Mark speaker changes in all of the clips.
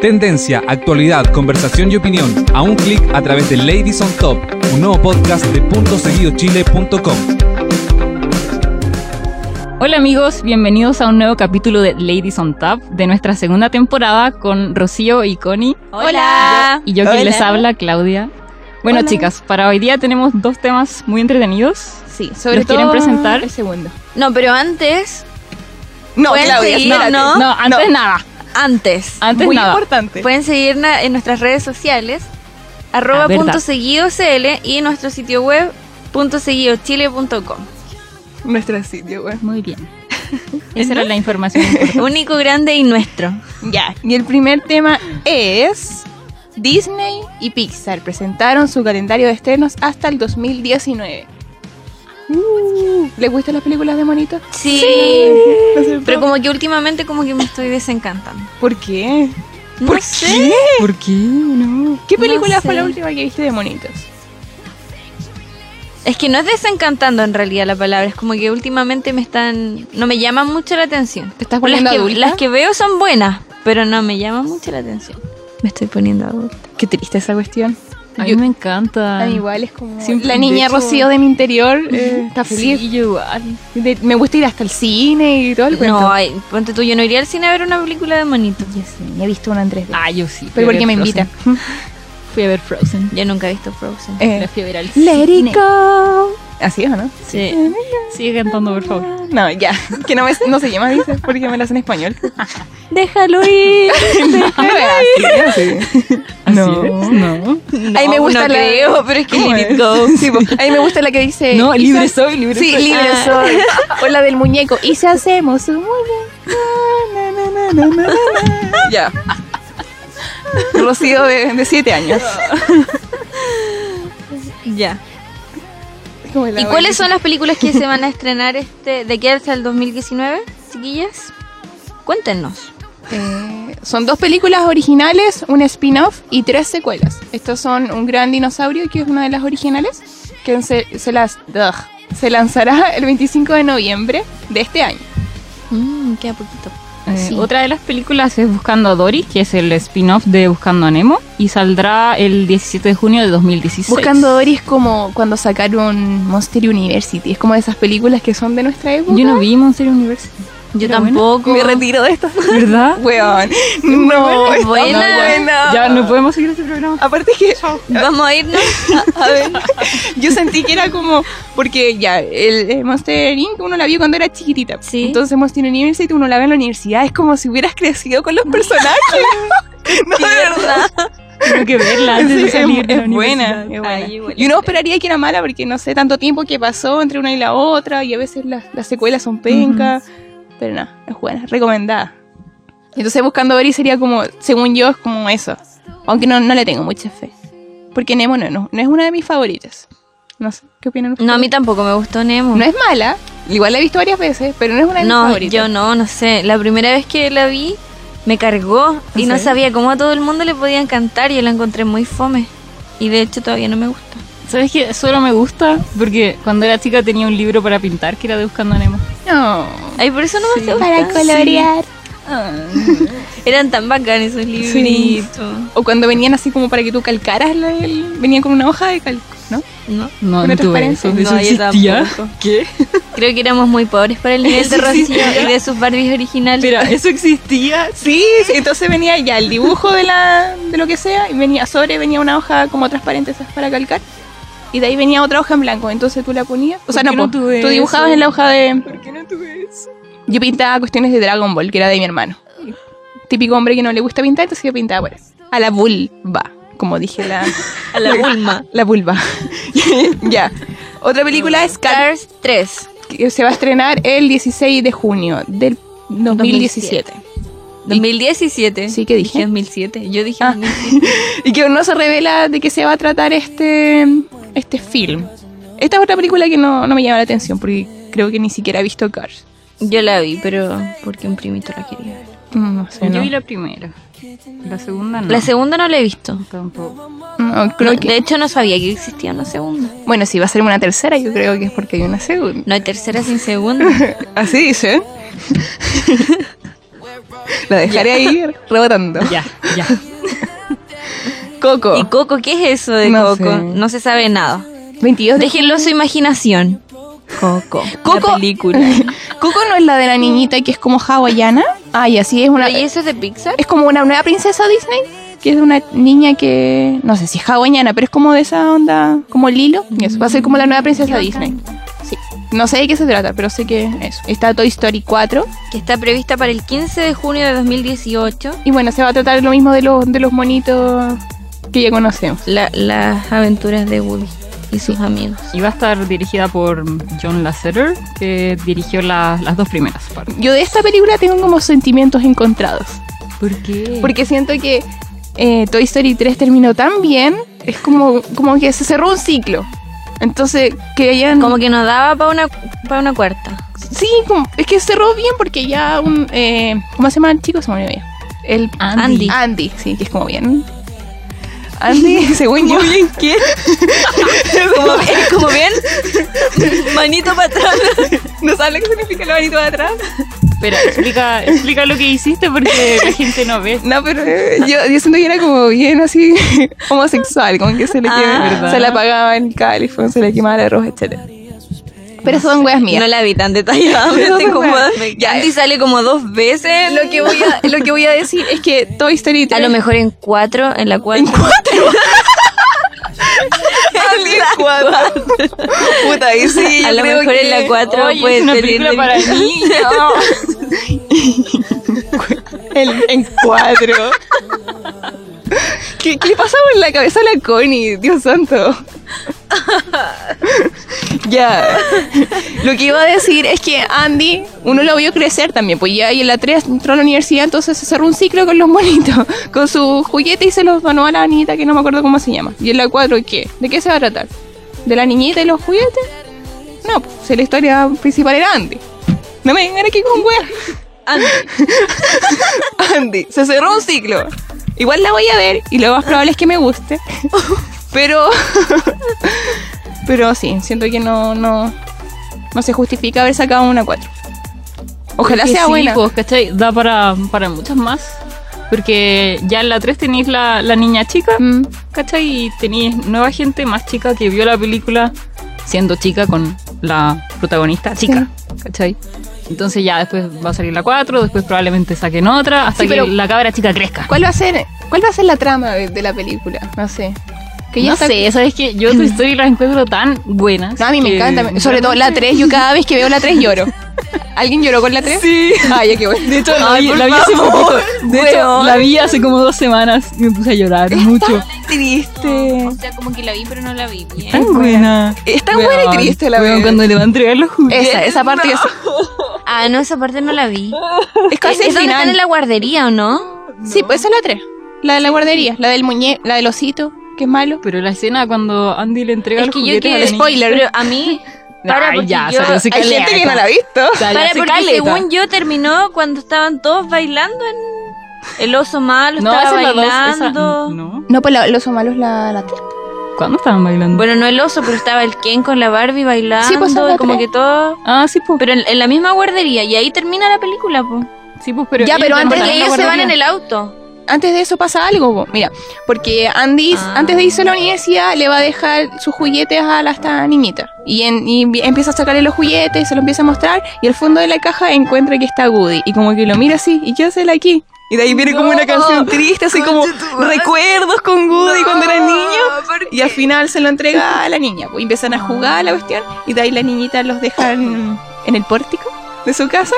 Speaker 1: Tendencia, actualidad, conversación y opinión a un clic a través de Ladies on Top, un nuevo podcast de puntoseguidochile.com.
Speaker 2: Hola amigos, bienvenidos a un nuevo capítulo de Ladies on Top de nuestra segunda temporada con Rocío y Connie.
Speaker 3: Hola.
Speaker 2: Y yo quien
Speaker 3: Hola.
Speaker 2: les habla, Claudia. Bueno
Speaker 3: Hola.
Speaker 2: chicas, para hoy día tenemos dos temas muy entretenidos.
Speaker 3: Sí,
Speaker 2: sobre ¿Los quieren
Speaker 3: todo-
Speaker 2: presentar?
Speaker 4: segundo.
Speaker 3: No, pero antes,
Speaker 4: No,
Speaker 3: Pueden
Speaker 4: Claudia,
Speaker 3: seguir,
Speaker 4: espérate.
Speaker 3: ¿no?
Speaker 2: ¿Ah? No, antes nada,
Speaker 3: antes.
Speaker 2: antes
Speaker 4: Muy
Speaker 2: nada.
Speaker 4: importante.
Speaker 3: Pueden seguirnos en nuestras redes sociales,
Speaker 2: Ah,
Speaker 3: arroba
Speaker 2: verdad.
Speaker 3: punto seguido CL y en nuestro sitio web punto seguido chile.com.
Speaker 4: Nuestro sitio, güey.
Speaker 2: Muy bien. Esa era la información. importante.
Speaker 3: Único, grande y nuestro.
Speaker 4: Ya. Y el primer tema es Disney y Pixar presentaron su calendario de estrenos hasta el 2019. Uh, ¿Les gustan las películas de monitos?
Speaker 3: Sí.
Speaker 4: No sé,
Speaker 3: Pero como que últimamente como que me estoy desencantando.
Speaker 4: ¿Por qué?
Speaker 3: No
Speaker 4: ¿Por
Speaker 3: sé.
Speaker 2: ¿Por qué? No.
Speaker 4: ¿Qué
Speaker 3: Uh, No
Speaker 4: película fue
Speaker 3: sé.
Speaker 4: la última que viste de monitos?
Speaker 3: Es que no es desencantando en realidad la palabra. Es como que últimamente me están... No me llaman mucho la atención.
Speaker 4: ¿Te estás
Speaker 3: Las
Speaker 4: volviendo
Speaker 3: que,
Speaker 4: adulta?
Speaker 3: las que veo son buenas, pero no me llaman mucho la atención. Me estoy poniendo adulta.
Speaker 4: Qué triste esa cuestión.
Speaker 2: A mí
Speaker 4: Yo-
Speaker 2: me encanta.
Speaker 4: A mí igual es como...
Speaker 2: Siempre-
Speaker 4: la niña
Speaker 2: Ah. de hecho-
Speaker 4: Rocío de mi interior eh, está feliz.
Speaker 2: Sí, yo igual.
Speaker 4: De- me gusta ir hasta el cine y todo el cuento.
Speaker 3: No, ay, ponte tú, yo no iría al cine a ver una película de monito.
Speaker 4: Ya sé, he visto una en 3D.
Speaker 2: Ah, yo sí. fui
Speaker 4: pero
Speaker 2: a ver
Speaker 4: porque me
Speaker 2: Frozen.
Speaker 4: invitan.
Speaker 2: Fui a ver Frozen.
Speaker 3: Yo nunca he visto Frozen.
Speaker 2: La
Speaker 4: Eh,
Speaker 2: fui a ver al
Speaker 4: let
Speaker 2: cine.
Speaker 4: it go. ¿Así es o no?
Speaker 3: Sí.
Speaker 2: Sigue cantando, por favor.
Speaker 4: No, ya. Que no, me- no se llama, dice, porque me la hacen en español.
Speaker 3: Déjalo ir.
Speaker 4: No, es así,
Speaker 2: Así
Speaker 4: No.
Speaker 2: es, no.
Speaker 4: Ahí me
Speaker 3: no
Speaker 4: gusta la-
Speaker 3: creo, pero es que
Speaker 4: ¿Cómo
Speaker 3: let it
Speaker 4: es?
Speaker 3: go.
Speaker 4: Sí, po. a mí me gusta la que dice.
Speaker 2: No,
Speaker 4: "Y
Speaker 2: libre
Speaker 4: si-
Speaker 2: soy, libre
Speaker 4: Sí,
Speaker 2: soy.
Speaker 4: libre
Speaker 3: Ah.
Speaker 4: soy. O la del muñeco. Y si hacemos un muñeco. Ya. Rocío de, de siete años.
Speaker 3: Ya. ¿Y cuáles son las películas que se van a estrenar este de aquí hasta el 2019, chiquillas? Cuéntenos.
Speaker 4: Eh, son dos películas originales, un spin-off y tres secuelas. Estos son Un Gran Dinosaurio, que es una de las originales, que se, se las, ugh, se lanzará el 25 de noviembre de este año. Mm,
Speaker 3: Mmm, queda poquito.
Speaker 2: Eh,
Speaker 3: Sí.
Speaker 2: Otra de las películas es Buscando a Dory, que es el spin-off de Buscando a Nemo, y saldrá el 17 de junio de 2016.
Speaker 4: Buscando Dory es como cuando sacaron Monster University. Es como de esas películas que son de nuestra época.
Speaker 2: Yo no vi Monster University.
Speaker 3: Yo
Speaker 2: Era
Speaker 3: tampoco.
Speaker 4: retiro de esto.
Speaker 2: ¿Verdad?
Speaker 4: Weón. No,
Speaker 3: Es
Speaker 4: está
Speaker 3: buena.
Speaker 4: muy buena.
Speaker 2: Ya no podemos seguir este programa.
Speaker 4: Aparte que
Speaker 3: Vamos a irnos.
Speaker 4: A ver, yo sentí que era como, porque ya, el, eh, Monster Inc. uno la vio cuando era chiquitita.
Speaker 3: Sí.
Speaker 4: Entonces Monster University uno la ve en la universidad, es como si hubieras crecido con los personajes. no, de verdad.
Speaker 2: Tengo que verla
Speaker 4: Sí,
Speaker 2: antes de
Speaker 4: es,
Speaker 2: salir de
Speaker 4: es
Speaker 2: la
Speaker 4: buena,
Speaker 2: universidad.
Speaker 4: es buena.
Speaker 3: Ay, igual
Speaker 4: Y uno
Speaker 3: es.
Speaker 4: esperaría que era mala porque no sé, tanto tiempo que pasó entre una y la otra y a veces las, las secuelas son pencas. Pero no, es buena, recomendada. Entonces buscando ver y sería como, según yo, es como eso. Aunque no, no le tengo mucha fe. Porque Nemo no, no, no es una de mis favoritas. No sé, ¿qué opinan ustedes?
Speaker 3: No, a mí tampoco me gustó Nemo.
Speaker 4: No es mala, igual la he visto varias veces, pero no es una de mis
Speaker 3: No,
Speaker 4: favoritas.
Speaker 3: yo no, no sé. La primera vez que la vi me cargó y
Speaker 4: ¿En
Speaker 3: no
Speaker 4: serio?
Speaker 3: sabía cómo a todo el mundo le podía encantar. Yo la encontré muy fome y de hecho todavía no me gusta.
Speaker 2: ¿Sabes qué? Solo me gusta porque cuando era chica tenía un libro para pintar que era de Buscando a Nemo.
Speaker 4: No. Ah.
Speaker 3: Ay, por eso no me gusta.
Speaker 4: colorear.
Speaker 3: Eran tan bacanes esos libritos.
Speaker 4: O cuando venían así como para que tú calcaras, la- el- venían con una hoja de calco, ¿no?
Speaker 3: ¿No?
Speaker 2: No, no
Speaker 4: Una
Speaker 2: tuve
Speaker 4: transparencia.
Speaker 2: eso. ¿Eso
Speaker 3: No, yo
Speaker 2: existía?
Speaker 3: tampoco.
Speaker 2: ¿Qué?
Speaker 3: Creo que éramos muy pobres para el nivel de Rocío y de sus Barbies originales.
Speaker 2: Mira, ¿eso existía?
Speaker 4: Sí, sí, entonces venía ya el dibujo de la de lo que sea y venía sobre venía una hoja como transparente esas para calcar y de ahí venía otra hoja en blanco, entonces tú la ponías, o sea,
Speaker 2: ¿Por
Speaker 4: no,
Speaker 2: qué
Speaker 4: po,
Speaker 2: no tuve
Speaker 4: tú dibujabas
Speaker 2: eso?
Speaker 4: en la hoja de
Speaker 2: ¿Por qué no tuve eso?
Speaker 4: yo pintaba cuestiones de Dragon Ball, que era de mi hermano. Típico hombre que no le gusta pintar, entonces yo pintaba por eso. A la vulva, como dije la
Speaker 3: a la Bulma.
Speaker 4: la vulva. ya. Otra película es Car
Speaker 3: Cars 3.
Speaker 4: que se va a estrenar el 16 de junio del 2017.
Speaker 3: 2017.
Speaker 4: Sí, ¿qué dije?
Speaker 3: 2007. Yo dije
Speaker 4: Ah.
Speaker 3: 2007.
Speaker 4: y que aún no se revela de qué se va a tratar este, este film. Esta es otra película que no, no me llama la atención porque creo que ni siquiera he visto Cars.
Speaker 3: Yo la vi, pero porque un primito la quería ver.
Speaker 4: Mm, No sé,
Speaker 2: Yo
Speaker 4: no.
Speaker 2: vi la primera. La segunda no.
Speaker 3: La segunda no la he visto.
Speaker 2: Tampoco.
Speaker 4: No, creo
Speaker 3: No,
Speaker 4: que-
Speaker 3: De hecho, no sabía que existía una segunda.
Speaker 4: bueno, si va a ser una tercera, yo creo que es porque hay una segunda.
Speaker 3: Ah, No hay tercera sin segunda.
Speaker 4: Así dice. La dejaré ahí rebotando.
Speaker 2: Ya, ya.
Speaker 4: Coco.
Speaker 3: ¿Y Coco? ¿Qué es eso de
Speaker 4: No
Speaker 3: Coco?
Speaker 4: sé.
Speaker 3: No se sabe nada.
Speaker 4: 22 de
Speaker 3: Déjenlo a su imaginación. Coco.
Speaker 4: Coco.
Speaker 2: película.
Speaker 4: Coco no es la de la niñita que es como hawaiana. Ay, así es una.
Speaker 3: ¿Y eso es de Pixar?
Speaker 4: Es como una nueva princesa Disney. Que es una niña que. No sé si es hawaiana, pero es como de esa onda. Como Lilo. Y eso va a ser como la nueva princesa Disney. Sí. No sé de qué se trata, pero sé que eso. Está Toy Story 4.
Speaker 3: Que está prevista para el 15 de junio de 2018.
Speaker 4: Y bueno, se va a tratar lo mismo de, los de los monitos que ya conocemos.
Speaker 3: La- las aventuras de Woody y sus amigos.
Speaker 2: Y va a estar dirigida por John Lasseter, que dirigió la- las dos primeras partes.
Speaker 4: Yo de esta película tengo como sentimientos encontrados.
Speaker 2: ¿Por qué?
Speaker 4: Porque siento que eh, Toy Story 3 terminó tan bien, es como, como que se cerró un ciclo. Entonces, que ya...
Speaker 3: Como que nos daba para una, pa' una cuarta.
Speaker 4: Sí, como- es que cerró bien porque ya un... eh, ¿Cómo se llama el chico? Se me olvidó. El
Speaker 3: Andy.
Speaker 4: Andy, sí, que es como bien... Andy, según yo... bien qué?
Speaker 3: Como, como bien, manito para atrás.
Speaker 4: ¿No sabes lo que significa la manito de atrás?
Speaker 2: Espera, explica, explica lo que hiciste porque la gente no ve.
Speaker 4: No, pero eh, yo, yo siento que era como bien así homosexual, como que se le,
Speaker 3: Ah,
Speaker 4: quema-
Speaker 2: ¿verdad?
Speaker 4: se le apagaba el califón, se le quemaba la roja, etc. Pero son weas mías.
Speaker 3: No la vi tan detalladamente
Speaker 4: No,
Speaker 3: como...
Speaker 4: bueno.
Speaker 3: Ya, Andy sale como dos veces.
Speaker 4: Lo que, voy a, lo que voy a decir es que Toy Story 3...
Speaker 3: A lo mejor en cuatro, en la cuarta.
Speaker 4: en la cuatro. Puta, ahí sí.
Speaker 3: a
Speaker 4: yo
Speaker 3: lo
Speaker 4: creo
Speaker 3: mejor
Speaker 4: que-
Speaker 3: en la cuatro
Speaker 2: Oye,
Speaker 3: puede
Speaker 2: es una
Speaker 3: ser
Speaker 2: película
Speaker 3: el-
Speaker 2: para niños.
Speaker 4: el- en cuatro. ¿Qué, ¿Qué le pasaba en la cabeza a la Connie? Dios santo. ya. Lo que iba a decir es que Andy, uno lo vio crecer también, pues ya y en la 3 entró a la universidad, entonces se cerró un ciclo con los monitos, con su juguete y se los donó a la niñita que no me acuerdo cómo se llama. Y en la 4, ¿qué? ¿De qué se va a tratar? ¿De la niñita y los juguetes? No, pues si la historia principal era Andy. No me vengan aquí con weas.
Speaker 3: Andy.
Speaker 4: Andy, se cerró un ciclo. Igual la voy a ver y lo más probable es que me guste. Pero. Pero sí, siento que no, no, no se justifica haber sacado una 4. Ojalá
Speaker 2: Que
Speaker 4: sea
Speaker 2: sí,
Speaker 4: buena.
Speaker 2: pues, ¿cachai? Da para, para muchas más. Porque ya en la 3 tenéis la, la niña chica,
Speaker 4: Mm.
Speaker 2: ¿cachai? Y tenéis nueva gente más chica que vio la película siendo chica con la protagonista chica, ¿cachai? Entonces ya después va a salir la 4, después probablemente saquen otra, hasta
Speaker 4: Sí,
Speaker 2: que
Speaker 4: pero-
Speaker 2: la cabra chica crezca.
Speaker 4: ¿Cuál va a ser, cuál va a ser la trama de, de la película? No sé. Que ya
Speaker 2: no
Speaker 4: está-
Speaker 2: sé, sabes que yo tu historia las encuentro tan buenas.
Speaker 4: No, a mí me
Speaker 2: que
Speaker 4: encanta. Sobre todo la
Speaker 2: realmente-
Speaker 4: 3, yo cada vez que veo la 3 lloro. ¿Alguien lloró con la 3? Sí. Ay, ya qué bueno. De hecho,
Speaker 2: Ay, la vi hace poquito. De hecho, la vi hace como dos semanas y me puse a llorar mucho.
Speaker 4: triste.
Speaker 3: O sea, como que la vi, pero no la vi bien.
Speaker 2: Tan buena.
Speaker 4: Es tan buena y triste la
Speaker 2: Weón,
Speaker 4: vez.
Speaker 2: Cuando le va a entregar los juguetes.
Speaker 4: Esa, esa parte yo sí.
Speaker 3: Ah, no, esa parte no la vi.
Speaker 4: es
Speaker 3: ¿Es
Speaker 4: casi el
Speaker 3: es donde están
Speaker 4: final.
Speaker 3: en la guardería o no?
Speaker 4: Sí, pues esa es la 3. La de la guardería, la del muñe, la del osito, que es malo.
Speaker 2: Pero la escena cuando Andy le entrega
Speaker 3: Es
Speaker 2: los
Speaker 3: que yo
Speaker 2: juguetes a
Speaker 3: que...
Speaker 2: la niña-
Speaker 4: Spoiler.
Speaker 3: Pero a mí... Para
Speaker 2: Ay,
Speaker 3: porque
Speaker 2: ya,
Speaker 3: yo...
Speaker 2: salió así
Speaker 4: Hay
Speaker 2: Caleta.
Speaker 4: gente que no la ha visto.
Speaker 2: Sale
Speaker 3: Para
Speaker 2: hace
Speaker 3: porque
Speaker 2: caleta.
Speaker 3: según yo terminó cuando estaban todos bailando en... El oso malo
Speaker 2: No,
Speaker 3: estaba
Speaker 2: esa es la dos, esa-
Speaker 3: bailando.
Speaker 2: ¿No?
Speaker 4: No, pues la- los malos la, la 3.
Speaker 2: ¿Cuándo estaban bailando?
Speaker 3: Bueno, no el oso, pero estaba el Ken con la Barbie bailando
Speaker 4: Sí, pues, son
Speaker 3: y
Speaker 4: las
Speaker 3: como
Speaker 4: tres.
Speaker 3: que todo...
Speaker 2: ah, sí, pues.
Speaker 3: Pero en, en la misma guardería y ahí termina la película, po.
Speaker 2: Sí, pues, pero
Speaker 4: Ya,
Speaker 2: ellos
Speaker 4: pero
Speaker 2: van
Speaker 4: antes
Speaker 2: a
Speaker 3: Porque
Speaker 4: de
Speaker 2: la
Speaker 3: ellos se
Speaker 4: guardería.
Speaker 3: van en el auto.
Speaker 4: Antes de eso pasa algo, po. mira, porque Andy
Speaker 3: Ah.
Speaker 4: antes de irse a la universidad le va a dejar sus juguetes a la esta niñita y, en- y vi- empieza a sacarle los juguetes, se los empieza a mostrar y al fondo de la caja encuentra que está Woody y como que lo mira así y qué hace él aquí y de ahí viene como una
Speaker 3: No.
Speaker 4: canción triste así como
Speaker 3: Conche tu madre.
Speaker 4: recuerdos con Woody cuando era niño
Speaker 3: ¿por
Speaker 4: Y al final se lo entrega a la niña. pues, y empiezan a jugar la cuestión. Y de ahí la niñita los dejan en el pórtico de su casa.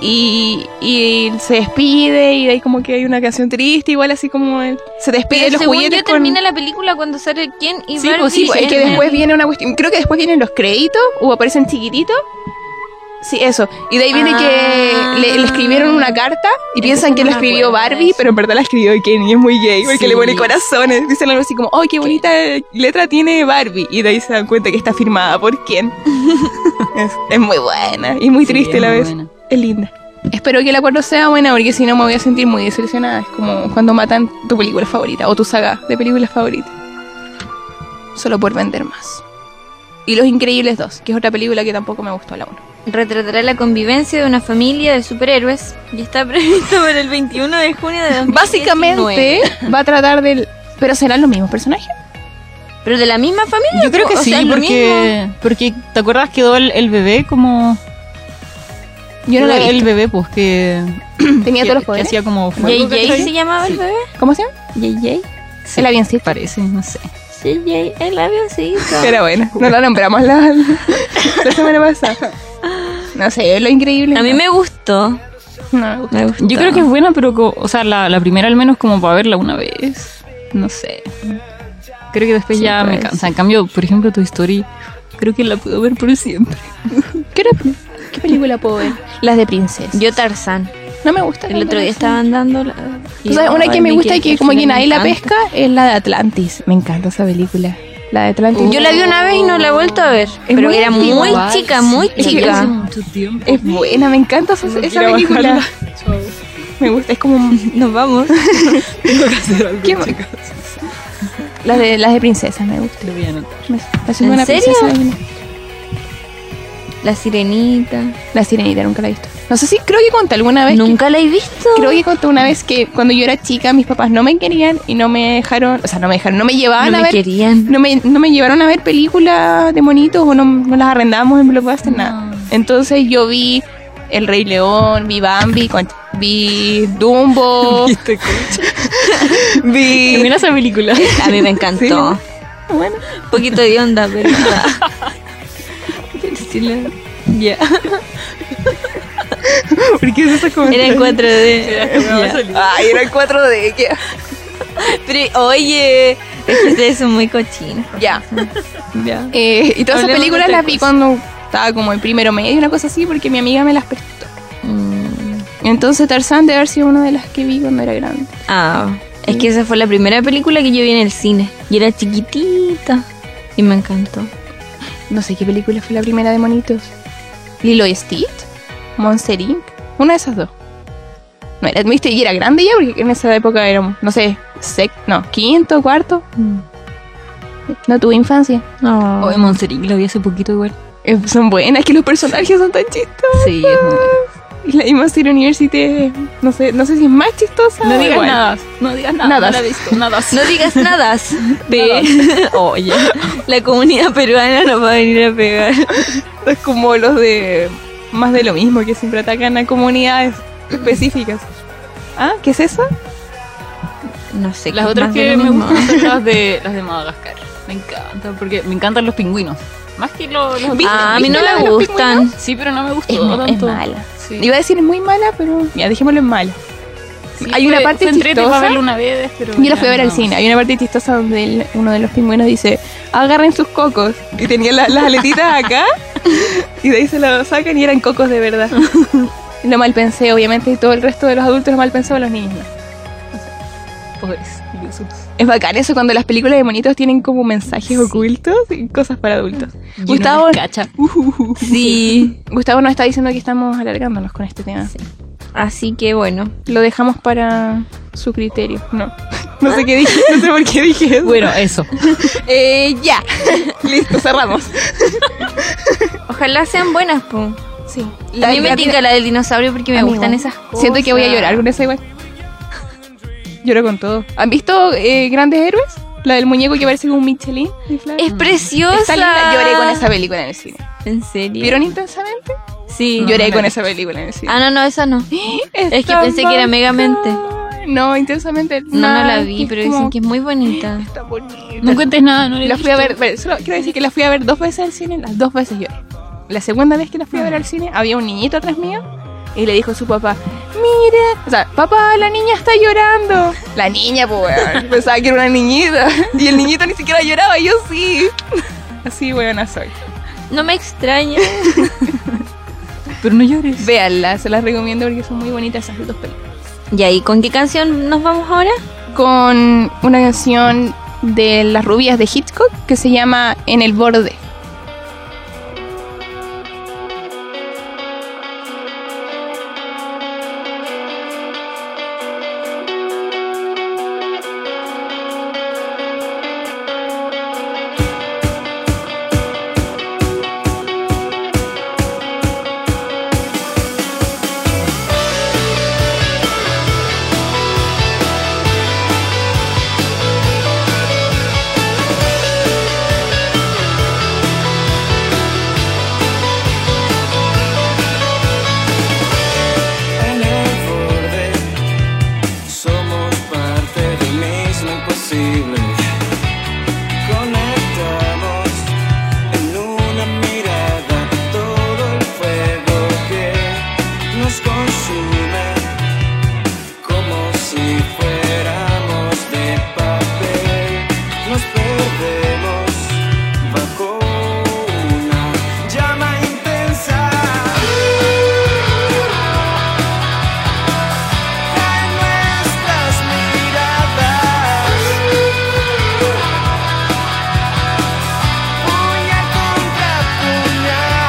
Speaker 4: Y, y se despide. Y de ahí como que hay una canción triste. Igual así como el- se despide
Speaker 3: Pero
Speaker 4: de los
Speaker 3: según
Speaker 4: juguetes.
Speaker 3: yo termina la película cuando sale Ken y
Speaker 4: Sí,
Speaker 3: Barbie.
Speaker 4: pues sí, pues, es que
Speaker 3: en el-
Speaker 4: después viene una cuestión. Creo que después vienen los créditos. O aparecen chiquititos. Sí, eso. Y de ahí viene
Speaker 3: Ah.
Speaker 4: que le, le escribieron una carta y
Speaker 3: Eso
Speaker 4: piensan
Speaker 3: no
Speaker 4: que la
Speaker 3: me
Speaker 4: escribió
Speaker 3: acuerdo de
Speaker 4: Barbie,
Speaker 3: eso.
Speaker 4: pero en verdad la escribió Ken y es muy gay porque
Speaker 2: Sí.
Speaker 4: le pone corazones. Dicen algo así como, ¡ay, qué bonita letra tiene Barbie! Y de ahí se dan cuenta que está firmada por Ken. es, es muy buena y muy
Speaker 2: Sí,
Speaker 4: triste
Speaker 2: es
Speaker 4: la
Speaker 2: muy
Speaker 4: vez.
Speaker 2: buena.
Speaker 4: Es linda. Espero que el acuerdo sea buena porque si no me voy a sentir muy decepcionada. Es como cuando matan tu película favorita o tu saga de películas favoritas. Solo por vender más. Y Los Increíbles 2, que es otra película que tampoco me gustó la 1.
Speaker 3: retratará la convivencia de una familia de superhéroes y está previsto para el 21 de junio de 2019.
Speaker 4: Básicamente va a tratar del... ¿Pero serán los mismos personajes?
Speaker 3: ¿Pero de la misma familia?
Speaker 2: Yo creo que
Speaker 3: O
Speaker 2: sí,
Speaker 3: sea, lo
Speaker 2: porque, porque ¿te acuerdas quedó el, el bebé como...
Speaker 4: Yo no la
Speaker 2: el,
Speaker 4: he visto.
Speaker 2: bebé, pues, que...
Speaker 4: Tenía
Speaker 2: que-
Speaker 4: todos los
Speaker 2: que
Speaker 4: poderes.
Speaker 2: hacía como
Speaker 3: mismo.
Speaker 2: fuego,
Speaker 3: ¿JJ
Speaker 2: ¿cachai?
Speaker 3: se llamaba el
Speaker 2: Sí.
Speaker 3: bebé?
Speaker 4: ¿Cómo se llama?
Speaker 3: ¿JJ?
Speaker 4: El avioncito.
Speaker 2: Parece, no sé.
Speaker 3: JJ, el avioncito.
Speaker 4: Pero bueno, no la nombramos la, la semana pasada. No sé, es lo increíble.
Speaker 3: A mí me gustó.
Speaker 4: No, me gusta.
Speaker 3: Me gustó.
Speaker 2: Yo creo que es buena, pero, co- o sea, la, la primera al menos como para verla una vez. No sé. Creo que después
Speaker 3: Sí,
Speaker 2: ya me
Speaker 3: pues.
Speaker 2: cansa. En cambio, por ejemplo, tu historia, creo que la puedo ver por siempre.
Speaker 4: ¿Qué, era- qué película puedo ver? Las de princesa.
Speaker 3: Yo Tarzán.
Speaker 4: No me gusta.
Speaker 3: El otro día estaban dando... la-
Speaker 4: O sea, una que me
Speaker 3: Ay,
Speaker 4: gusta y
Speaker 3: que
Speaker 4: que como que
Speaker 3: me
Speaker 4: nadie la
Speaker 3: encanta.
Speaker 4: pesca es la de Atlantis. Me encanta esa película. La de Atlantis.
Speaker 3: Yo la vi una vez y no la he vuelto a ver. pero
Speaker 4: muy
Speaker 3: era
Speaker 4: antigua.
Speaker 3: muy
Speaker 4: Igual,
Speaker 3: chica, muy
Speaker 4: Es que
Speaker 3: chica.
Speaker 4: hace Es buena, me encanta esa, esa
Speaker 2: quiero
Speaker 4: película. Me gusta, es como un-
Speaker 3: Nos vamos.
Speaker 4: ¿Qué- las de las de princesas me gusta.
Speaker 2: Lo voy a anotar.
Speaker 4: Me, la soy
Speaker 3: ¿En
Speaker 4: buena
Speaker 3: serio?
Speaker 4: princesa. y no-
Speaker 3: La sirenita.
Speaker 4: La sirenita nunca la he visto. No sé si creo que conté alguna vez. que-
Speaker 3: ¿Nunca la he visto?
Speaker 4: creo que conté una vez que cuando yo era chica mis papás no me querían y no me dejaron, o sea, no me dejaron, no me llevaban
Speaker 3: no
Speaker 4: a
Speaker 3: me
Speaker 4: ver
Speaker 3: querían.
Speaker 4: no me, no me llevaron a ver películas de monitos o no, no las arrendábamos en Blockbuster, nada. Entonces yo vi El Rey León, vi Bambi, con- vi Dumbo, vi...
Speaker 2: Mira esa película.
Speaker 3: A mí me encantó.
Speaker 4: Bueno,
Speaker 3: Un poquito de onda, pero. Ya.
Speaker 4: ¿por qué es eso como...
Speaker 3: Era en 4D.
Speaker 4: Ay, era el 4D, que-
Speaker 3: Pero, oye, es que ustedes son muy cochinos.
Speaker 4: ya.
Speaker 3: Ya.
Speaker 4: Eh, y todas esas
Speaker 3: Hablemos de
Speaker 4: películas
Speaker 3: otra
Speaker 4: las vi
Speaker 3: cosa.
Speaker 4: cuando estaba como en primero medio, una cosa así, porque mi amiga me las prestó.
Speaker 3: Mm.
Speaker 4: Entonces Tarzán debe haber sido una de las que vi cuando era grande.
Speaker 3: Ah, es que esa fue la primera película que yo vi en el cine. Y era chiquitita. Y me encantó.
Speaker 4: No sé qué película fue la primera de monitos. Lilo y Stitch, Monster Inc. Una de esas dos. No era, viste, y era grande ya porque en esa época éramos, no sé, sec, no, quinto, cuarto.
Speaker 2: Mm.
Speaker 4: No tuve infancia.
Speaker 3: No.
Speaker 2: Oye, Oh, Monserrat, la vi hace poquito igual.
Speaker 4: Eh, son buenas, es que los personajes son tan chistosos.
Speaker 2: Sí, es muy buena.
Speaker 4: Y la de Monster University, es- no sé, no sé si es más chistosa. o
Speaker 2: No digas
Speaker 4: igual.
Speaker 2: nada. No digas nada.
Speaker 4: Nada.
Speaker 2: No la he visto. Nada.
Speaker 3: No digas nada. Ve. Oye, la comunidad peruana nos va a venir a pegar.
Speaker 4: Es como los de más de lo mismo que siempre atacan a comunidades específicas. ¿Ah? ¿Qué es eso?
Speaker 3: No sé.
Speaker 2: Las
Speaker 3: ¿qué
Speaker 2: otras
Speaker 3: más de
Speaker 2: que
Speaker 3: lo
Speaker 2: me
Speaker 3: mismo?
Speaker 2: gustan son las de, las de Madagascar. Me encantan, porque me encantan los pingüinos. Más que lo- los
Speaker 4: ¿Viste?
Speaker 3: Ah, a mí
Speaker 4: ¿Viste
Speaker 3: no
Speaker 4: la
Speaker 3: me
Speaker 4: de los
Speaker 3: gustan.
Speaker 2: Sí, pero no me gustó
Speaker 4: Es mu- es
Speaker 2: tanto.
Speaker 4: mala.
Speaker 2: Sí.
Speaker 4: Iba a decir es muy mala, pero ya dejémoslo en mala.
Speaker 2: Sí,
Speaker 4: hay una
Speaker 2: fue-
Speaker 4: parte
Speaker 2: fue entrete para
Speaker 4: chistosa.
Speaker 2: verlo una vez, pero
Speaker 4: Yo la
Speaker 2: ya
Speaker 4: fui a ver al
Speaker 2: no.
Speaker 4: cine. Hay una parte chistosa donde el- uno de los pingüinos dice, agarren sus cocos. Y tenía la- las aletitas acá. Y de ahí se lo sacan y eran cocos de verdad. Y Lo mal pensé, obviamente, y todo el resto de los adultos lo mal pensó, los niños no.
Speaker 2: Pobres ilusos.
Speaker 4: Es bacán eso cuando las películas de monitos tienen como mensajes ocultos y cosas para adultos. Gustavo,
Speaker 2: Cacha. Uh.
Speaker 3: Sí.
Speaker 4: Gustavo nos está diciendo que estamos alargándonos con este tema.
Speaker 3: Así que bueno.
Speaker 4: Lo dejamos para su criterio. No, no sé qué dije, no sé por qué dije eso.
Speaker 2: Ah. Bueno, eso.
Speaker 4: Eh, ya. Listo, cerramos.
Speaker 3: Ojalá sean buenas, po.
Speaker 4: Sí.
Speaker 3: a mí me tinca la del dinosaurio porque me gustan esas cosas.
Speaker 4: Siento que voy a llorar con esa igual. Lloro con todo. ¿Han visto eh, Grandes Héroes? La del muñeco que parece como un Michelin. inflable.
Speaker 2: Mm.
Speaker 3: Es preciosa.
Speaker 4: Está linda. Lloré con esa película en el cine.
Speaker 3: ¿En serio?
Speaker 4: ¿Vieron intensamente?
Speaker 3: Sí.
Speaker 4: Lloré con esa película en el cine.
Speaker 3: Ah, no, no, esa no. es que pensé que era Megamente.
Speaker 4: No, intensamente.
Speaker 3: No, no la vi,
Speaker 4: es
Speaker 3: pero
Speaker 4: como-
Speaker 3: dicen que es muy bonita.
Speaker 4: Está bonita.
Speaker 2: No cuentes nada, no le
Speaker 4: La fui a ver, ver, solo quiero decir que la fui a ver dos veces al cine, las dos veces lloré. La segunda vez que la fui a ver al cine, había un niñito atrás mío y le dijo a su papá, mira, o sea, papá, la niña está llorando. La niña, pues, weón. pensaba que era una niñita y el niñito ni siquiera lloraba, yo sí. Así, weona soy.
Speaker 3: No me extraña.
Speaker 2: Pero no llores.
Speaker 4: Véanla, se las recomiendo porque son muy bonitas esas dos películas.
Speaker 3: ¿Y ahí con qué canción nos vamos ahora?
Speaker 4: Con una canción de las rubias de Hitchcock que se llama En el borde.
Speaker 5: En consume como si fuéramos de papel. Nos perdemos bajo una llama intensa. En nuestras miradas. Puña contra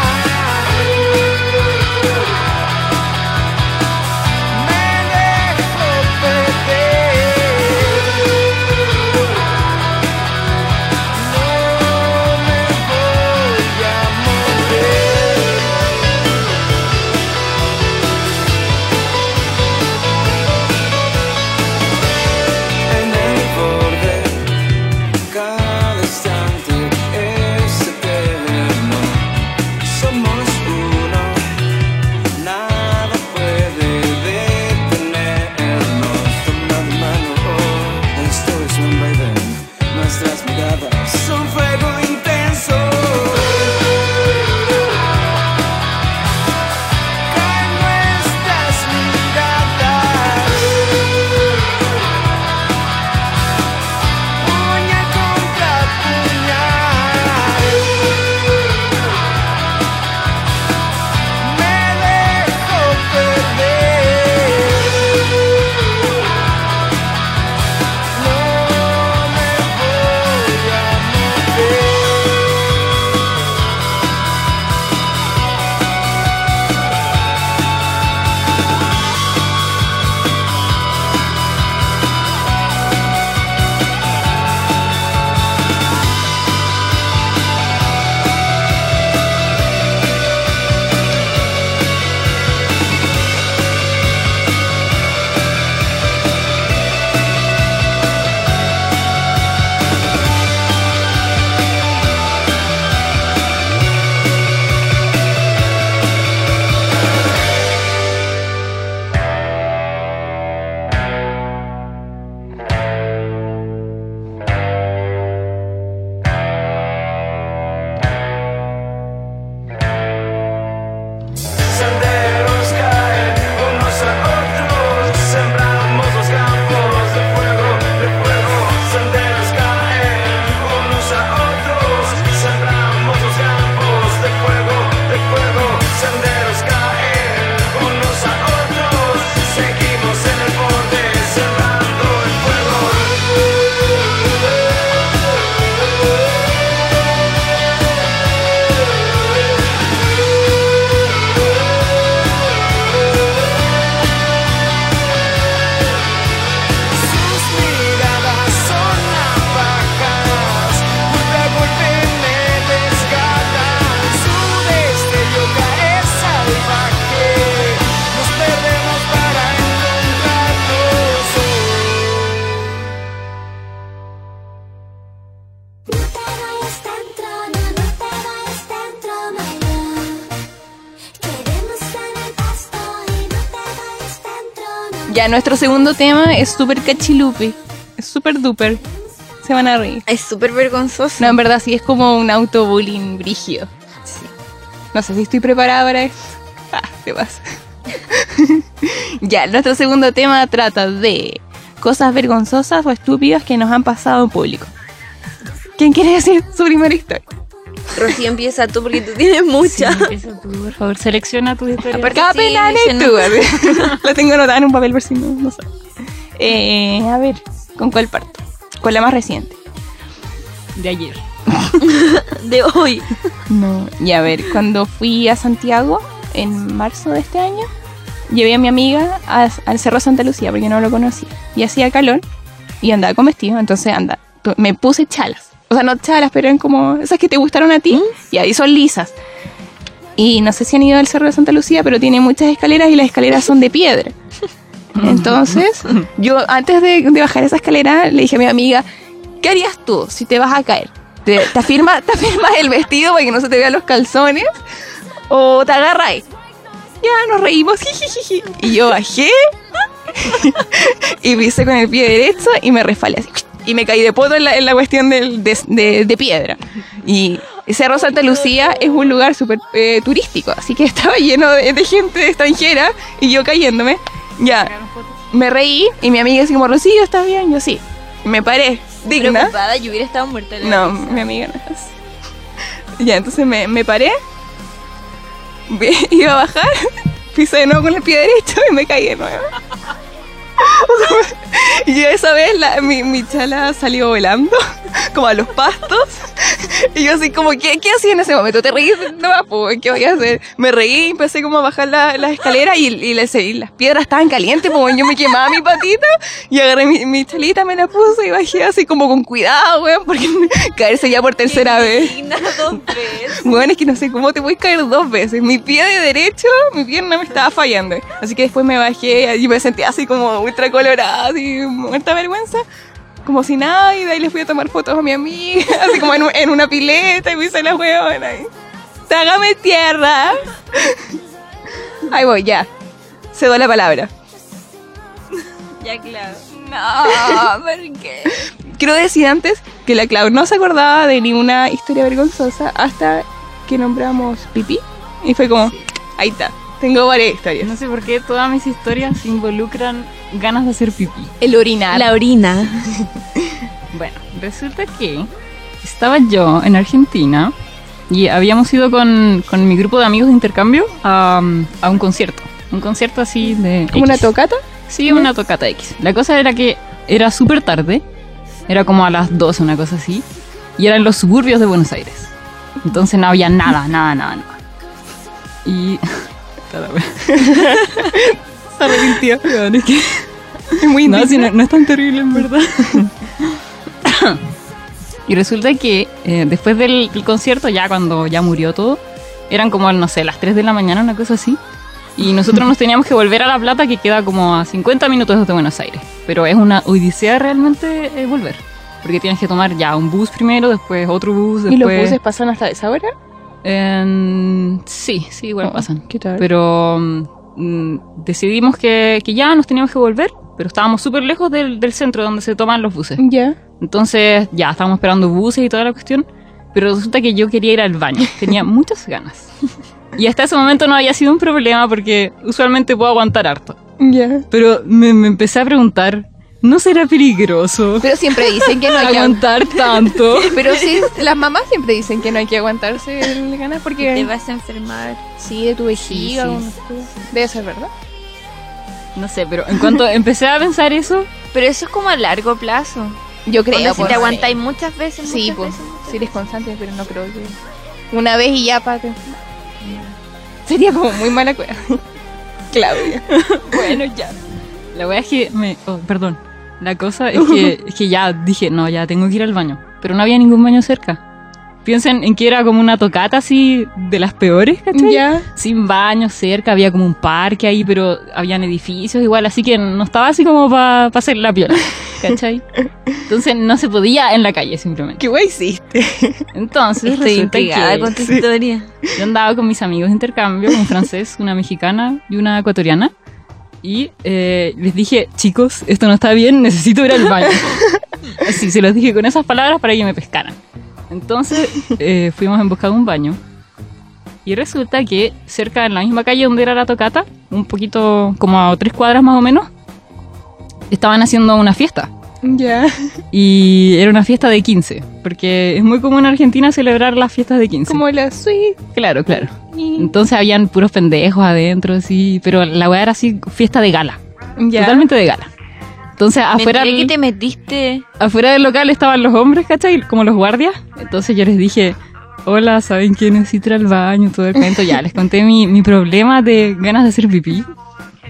Speaker 5: puña Me dejo perder No me voy a mover En el borde cada instante es eterno. Somos uno, nada puede detenernos. Toma mi mano, oh, esto es un baile. Nuestras miradas son fuego intenso. En nuestras miradas. Puña contra puña Me dejo perder No me voy a mover Senderos caen unos a otros, sembramos los campos de fuego, de fuego. Senderos caen unos a otros, sembramos los campos de fuego, de fuego. Senderos caen unos a otros, seguimos en el borde, sembrando el fuego. Sus miradas son navajas, golpe a golpe me desgarran. Su destello cae salvaje, nos perdemos para encontrarnos.
Speaker 6: No te vayas dentro, no, no te vayas dentro, my love. Queremos en el pasto y no te vayas dentro, no.
Speaker 4: Ya, nuestro segundo tema es súper cachilupe. Es súper duper. Se van a reír.
Speaker 3: Es súper vergonzoso.
Speaker 4: No, en verdad sí es como un autobullying brígido.
Speaker 3: Sí.
Speaker 4: No sé si estoy preparada para esto. Ah, te pasa. ya, nuestro segundo tema trata de cosas vergonzosas o estúpidas que nos han pasado en público. ¿Quién quiere decir su primera historia?
Speaker 3: Rocío, empieza tú porque tú tienes muchas.
Speaker 2: Empieza tú, por favor, selecciona tu historia.
Speaker 3: Aparte,
Speaker 4: Capelán
Speaker 3: sí,
Speaker 4: y tú. La tengo anotada en un papel por si no, no sé. Eh, a ver, ¿con cuál parto? Con la más reciente.
Speaker 2: De ayer.
Speaker 3: De hoy.
Speaker 4: No, y a ver, cuando fui a Santiago en marzo de este año, llevé a mi amiga a- al Cerro Santa Lucía porque no lo conocía. Y hacía calor y andaba con vestido, entonces anda, tu- me puse chalas. O sea, no chalas, pero eran como esas que te gustaron a ti y ahí son lisas. Y no sé si han ido al Cerro de Santa Lucía, pero tiene muchas escaleras y las escaleras son de piedra. Entonces, yo antes de, de bajar esa escalera le dije a mi amiga, ¿qué harías tú si te vas a caer? ¿Te, te afirma- te afirmas el vestido para que no se te vean los calzones? ¿O te agarras? Ya nos reímos, jijijiji. Y yo bajé y pisé con el pie derecho y me resbalé así. Y me caí de poto en la, en la cuestión del- de, de- de piedra. Y Cerro Santa Lucía es un lugar súper eh, turístico, así que estaba lleno de, de gente extranjera y yo cayéndome. Ya, me reí y mi amiga así como, Rocío, ¿estás bien? Yo sí, me paré, digna.
Speaker 3: Preocupada, yo hubiera estado muerta. en la
Speaker 4: No,
Speaker 3: risa.
Speaker 4: mi amiga no es así. Ya, entonces me, me paré, ve- iba a bajar, pisé de nuevo con el pie derecho y me caí de nuevo. Y yo esa vez la- mi, mi chala salió volando, como a los pastos. Y yo así como, ¿qué, qué hacía en ese momento? ¿Te reí? No, pues, ¿qué voy a hacer? Me reí, empecé como a bajar la, la escalera y, y le- y las piedras estaban calientes, pues yo me quemaba mi patita y agarré mi, mi chalita, me la puse y bajé así como con cuidado, weón, porque caerse ya por tercera vez.
Speaker 3: Digna dos veces.
Speaker 4: Bueno, es que no sé cómo te puedes caer dos veces. Mi pie de derecho, mi pierna me estaba fallando. Así que después me bajé y me sentí así como ultra colorada, así, muerta de vergüenza. Como si nada, y de ahí les fui a tomar fotos a mi amiga, así como en, un- en una pileta, y me hice la huevona. y, ¡Trágame tierra! Ahí voy, ya. Cedo la palabra.
Speaker 3: Ya, claro. No, Ah, ¿por qué?
Speaker 4: Quiero decir antes que la Clau no se acordaba de ninguna historia vergonzosa hasta que nombramos Pipí. Y fue como, ahí está, tengo varias historias.
Speaker 2: No sé por qué todas mis historias involucran ganas de hacer pipí.
Speaker 4: El orinar.
Speaker 3: La orina.
Speaker 2: Bueno, resulta que estaba yo en Argentina y habíamos ido con, con mi grupo de amigos de intercambio a, a un concierto. Un concierto así de...
Speaker 4: ¿Como una
Speaker 2: X.
Speaker 4: tocata?
Speaker 2: Sí, una tocata X. La cosa era que era súper tarde, era como a las 2, una cosa así, y era en los suburbios de Buenos Aires. Entonces no había nada, nada, nada, nada. Y. Puta la wea.
Speaker 4: Se arrepintió.
Speaker 2: Weón, es que-
Speaker 4: Es muy
Speaker 2: no,
Speaker 4: indigna.
Speaker 2: sí, no, no es tan terrible en verdad. y resulta que eh, después del, del concierto, ya cuando ya murió todo, eran como, no sé, las 3 de la mañana, una cosa así. Y nosotros nos teníamos que volver a La Plata, que queda como a 50 minutos de Buenos Aires. Pero es una odisea realmente eh, volver. Porque tienes que tomar ya un bus primero, después otro bus,
Speaker 4: ¿Y
Speaker 2: después...
Speaker 4: los buses pasan hasta esa hora?
Speaker 2: En- sí, sí, igual
Speaker 4: Oh,
Speaker 2: pasan.
Speaker 4: ¿Qué tal?
Speaker 2: Pero mm, decidimos que, que ya nos teníamos que volver, pero estábamos súper lejos del, del centro donde se toman los buses.
Speaker 4: ya.
Speaker 2: Entonces ya estábamos esperando buses y toda la cuestión, pero resulta que yo quería ir al baño, tenía muchas ganas. Y hasta ese momento no había sido un problema porque usualmente puedo aguantar harto.
Speaker 4: Ya.
Speaker 2: Pero me, me empecé a preguntar, ¿no será peligroso
Speaker 4: Pero siempre dicen que no hay que aguantar.
Speaker 2: aguantar tanto?
Speaker 4: Pero sí, las mamás siempre dicen que no hay que aguantarse el ganas
Speaker 3: Te
Speaker 4: porque.
Speaker 3: vas a enfermar.
Speaker 4: Sí, de tu vejiga.
Speaker 2: sí.
Speaker 4: o no sé. Debe ser verdad.
Speaker 2: No sé, pero en cuanto empecé a pensar eso,
Speaker 3: Pero eso es como a largo plazo.
Speaker 4: Yo
Speaker 3: Onda, si
Speaker 4: pues,
Speaker 3: te aguantáis muchas veces,
Speaker 4: Sí,
Speaker 3: muchas
Speaker 4: pues.
Speaker 3: veces, muchas
Speaker 4: Si eres constante, pero no creo que. Una vez y ya para que. Sería como muy mala cueva. Claudia.
Speaker 2: Bueno, ya. La wea es que me. oh, perdón. La cosa es que, es que ya dije, no, ya tengo que ir al baño. Pero no había ningún baño cerca. Piensen en que era como una tocata así de las peores, ¿cachai?
Speaker 4: Ya.
Speaker 2: Sin baño cerca, había como un parque ahí, pero habían edificios igual, así que no estaba así como para hacer la piola, ¿cachai? Entonces no se podía en la calle simplemente.
Speaker 4: ¿Qué guay hiciste?
Speaker 2: Entonces
Speaker 3: veces. Estoy
Speaker 2: resulta
Speaker 3: intrigada
Speaker 2: que
Speaker 3: con tu historia.
Speaker 2: yo andaba con mis amigos de intercambio, un francés, una mexicana y una ecuatoriana. Y eh, les dije, chicos, esto no está bien, necesito ir al baño. Así, se los dije con esas palabras para que me pescaran. Entonces eh, fuimos en busca de un baño. Y resulta que cerca en la misma calle donde era la tocata, un poquito como a tres cuadras más o menos, estaban haciendo una fiesta.
Speaker 4: Ya.
Speaker 2: Y era una fiesta de 15, porque es muy común en Argentina celebrar las fiestas de 15.
Speaker 4: Como la suite.
Speaker 2: Claro, claro. Entonces habían puros pendejos adentro, sí, pero la weá era así, fiesta de gala,
Speaker 4: Ya.
Speaker 2: totalmente de gala. Entonces
Speaker 3: Me
Speaker 2: afuera,
Speaker 3: enteré que te metiste.
Speaker 2: afuera del local estaban los hombres, ¿cachai? Como los guardias. Entonces yo les dije, hola, ¿saben quién es ir al baño? Todo el cuento, ya les conté mi, mi problema de ganas de hacer pipí.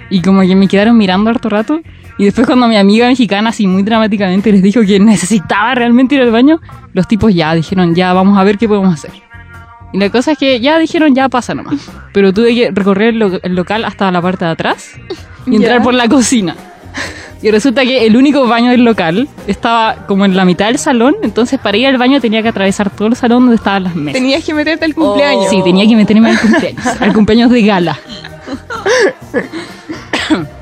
Speaker 2: Y como que me quedaron mirando harto rato. Y después cuando mi amiga mexicana, así muy dramáticamente, les dijo que necesitaba realmente ir al baño, los tipos ya dijeron, ya, vamos a ver qué podemos hacer. Y la cosa es que ya dijeron, ya pasa nomás. Pero tuve que recorrer el, lo- el local hasta la parte de atrás y entrar
Speaker 4: Ya.
Speaker 2: por la cocina. Y resulta que el único baño del local estaba como en la mitad del salón, entonces para ir al baño tenía que atravesar todo el salón donde estaban las mesas.
Speaker 4: Tenías que meterte al
Speaker 2: Oh.
Speaker 4: cumpleaños.
Speaker 2: Sí, tenía que meterme al cumpleaños, al cumpleaños de gala.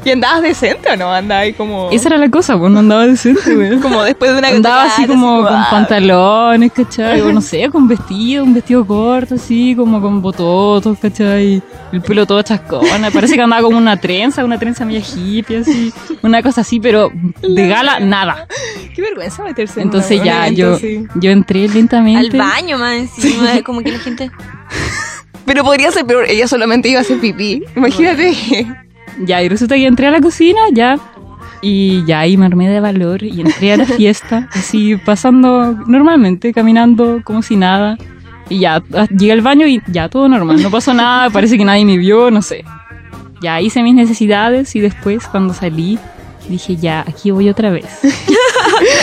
Speaker 4: ¿Y andabas decente o no? Andabas ahí como.
Speaker 2: Esa era la cosa, pues no andaba decente, güey.
Speaker 4: Como después de una
Speaker 2: Andaba así
Speaker 4: cachetada,
Speaker 2: como con
Speaker 4: ah,
Speaker 2: pantalones, ¿cachai? O no sé, con vestido, un vestido corto, así, como con bototos, ¿cachai? El pelo todo chascona. Parece que andaba como una trenza, una trenza media hippie, así. Una cosa así, pero de gala, nada.
Speaker 4: Qué vergüenza meterse en
Speaker 2: Entonces
Speaker 4: un
Speaker 2: ya
Speaker 4: evento
Speaker 2: yo,
Speaker 4: así.
Speaker 2: yo entré
Speaker 3: Al
Speaker 2: lentamente.
Speaker 3: baño, más encima, como que la gente.
Speaker 4: Pero podría ser peor, ella solamente iba a hacer pipí. Imagínate.
Speaker 2: Ya, y resulta que entré a la cocina, ya. Y ya ahí me armé de valor y entré a la fiesta, así pasando normalmente, caminando como si nada. Y ya ah, llegué al baño y ya todo normal, no pasó nada, parece que nadie me vio, no sé. Ya hice mis necesidades y después cuando salí dije ya, aquí voy otra vez.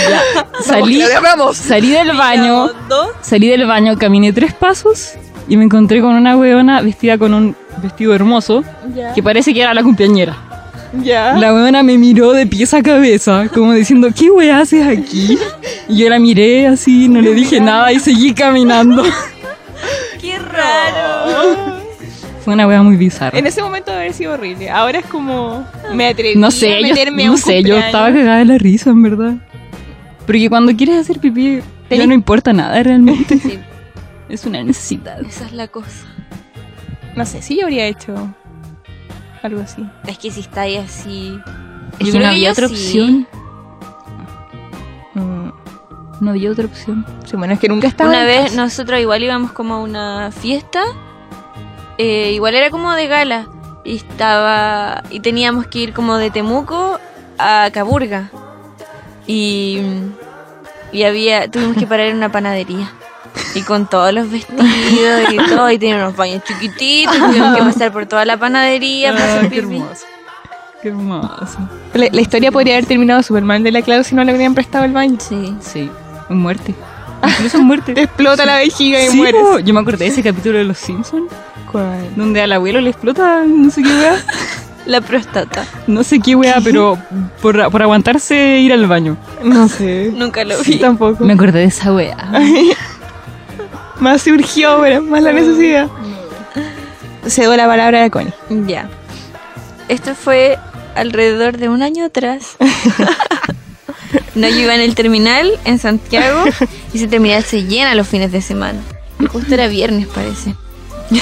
Speaker 2: Ya, salí,
Speaker 4: Vamos, Claudia, vamos.
Speaker 2: salí del baño,
Speaker 3: Dos.
Speaker 2: Salí del baño, caminé tres pasos y me encontré con una weona vestida con un vestido hermoso
Speaker 4: Ya.
Speaker 2: que parece que era la cumpleañera.
Speaker 4: Ya.
Speaker 2: La weona me miró de pies a cabeza, como diciendo, ¿qué wea haces aquí? Y yo la miré así, no le dije nada y seguí caminando.
Speaker 3: ¡Qué raro!
Speaker 2: Fue una wea muy bizarra.
Speaker 4: En ese momento debe haber sido horrible. Ahora es como. Me atreví
Speaker 2: No
Speaker 4: a
Speaker 2: sé, yo,
Speaker 4: meterme a
Speaker 2: no
Speaker 4: un
Speaker 2: sé, yo
Speaker 4: cumpleaños.
Speaker 2: estaba cagada de la risa, en verdad. Porque cuando quieres hacer pipí, ya no importa nada realmente.
Speaker 3: Sí.
Speaker 2: Es una necesidad.
Speaker 3: Esa es la cosa.
Speaker 4: No sé, sí yo habría hecho algo así.
Speaker 3: Es que si está ahí así.
Speaker 2: Es que
Speaker 3: Yo creo
Speaker 2: no
Speaker 3: que
Speaker 2: había
Speaker 3: yo
Speaker 2: otra
Speaker 3: sí.
Speaker 2: opción.
Speaker 4: Mm,
Speaker 2: No había otra opción.
Speaker 4: Sí, bueno, es que nunca estaba.
Speaker 3: Una
Speaker 4: en
Speaker 3: vez
Speaker 4: casa.
Speaker 3: nosotros igual íbamos como a una fiesta, eh, igual era como de gala, y estaba y teníamos que ir como de Temuco a Caburga. Y, y había tuvimos que parar en una panadería. Y con todos los vestidos y todo, y tenía unos baños chiquititos, tuvimos que pasar por toda la panadería para hacer
Speaker 2: Ay, qué
Speaker 3: pipí.
Speaker 2: hermoso. Qué hermoso.
Speaker 4: La, la historia podría haber terminado Superman de la Clau si no le hubieran prestado el baño.
Speaker 3: Sí.
Speaker 2: Sí, en muerte. Incluso en muerte.
Speaker 4: Te explota la vejiga y
Speaker 2: Sí,
Speaker 4: mueres.
Speaker 2: po. Yo me acordé de ese capítulo de Los Simpsons,
Speaker 4: ¿Cuál?
Speaker 2: donde al abuelo le explota no sé qué wea,
Speaker 3: La próstata.
Speaker 2: no sé qué wea, pero por, por aguantarse ir al baño.
Speaker 4: No sé.
Speaker 3: Nunca lo
Speaker 4: Sí,
Speaker 3: vi.
Speaker 4: tampoco.
Speaker 2: Me acordé de esa wea.
Speaker 4: Más se urgió, pero más la necesidad. Cedo la palabra a Connie.
Speaker 3: Ya. Esto fue alrededor de un año atrás. no, yo iba en el terminal en Santiago y ese terminal se llena los fines de semana. Y Justo era viernes, parece.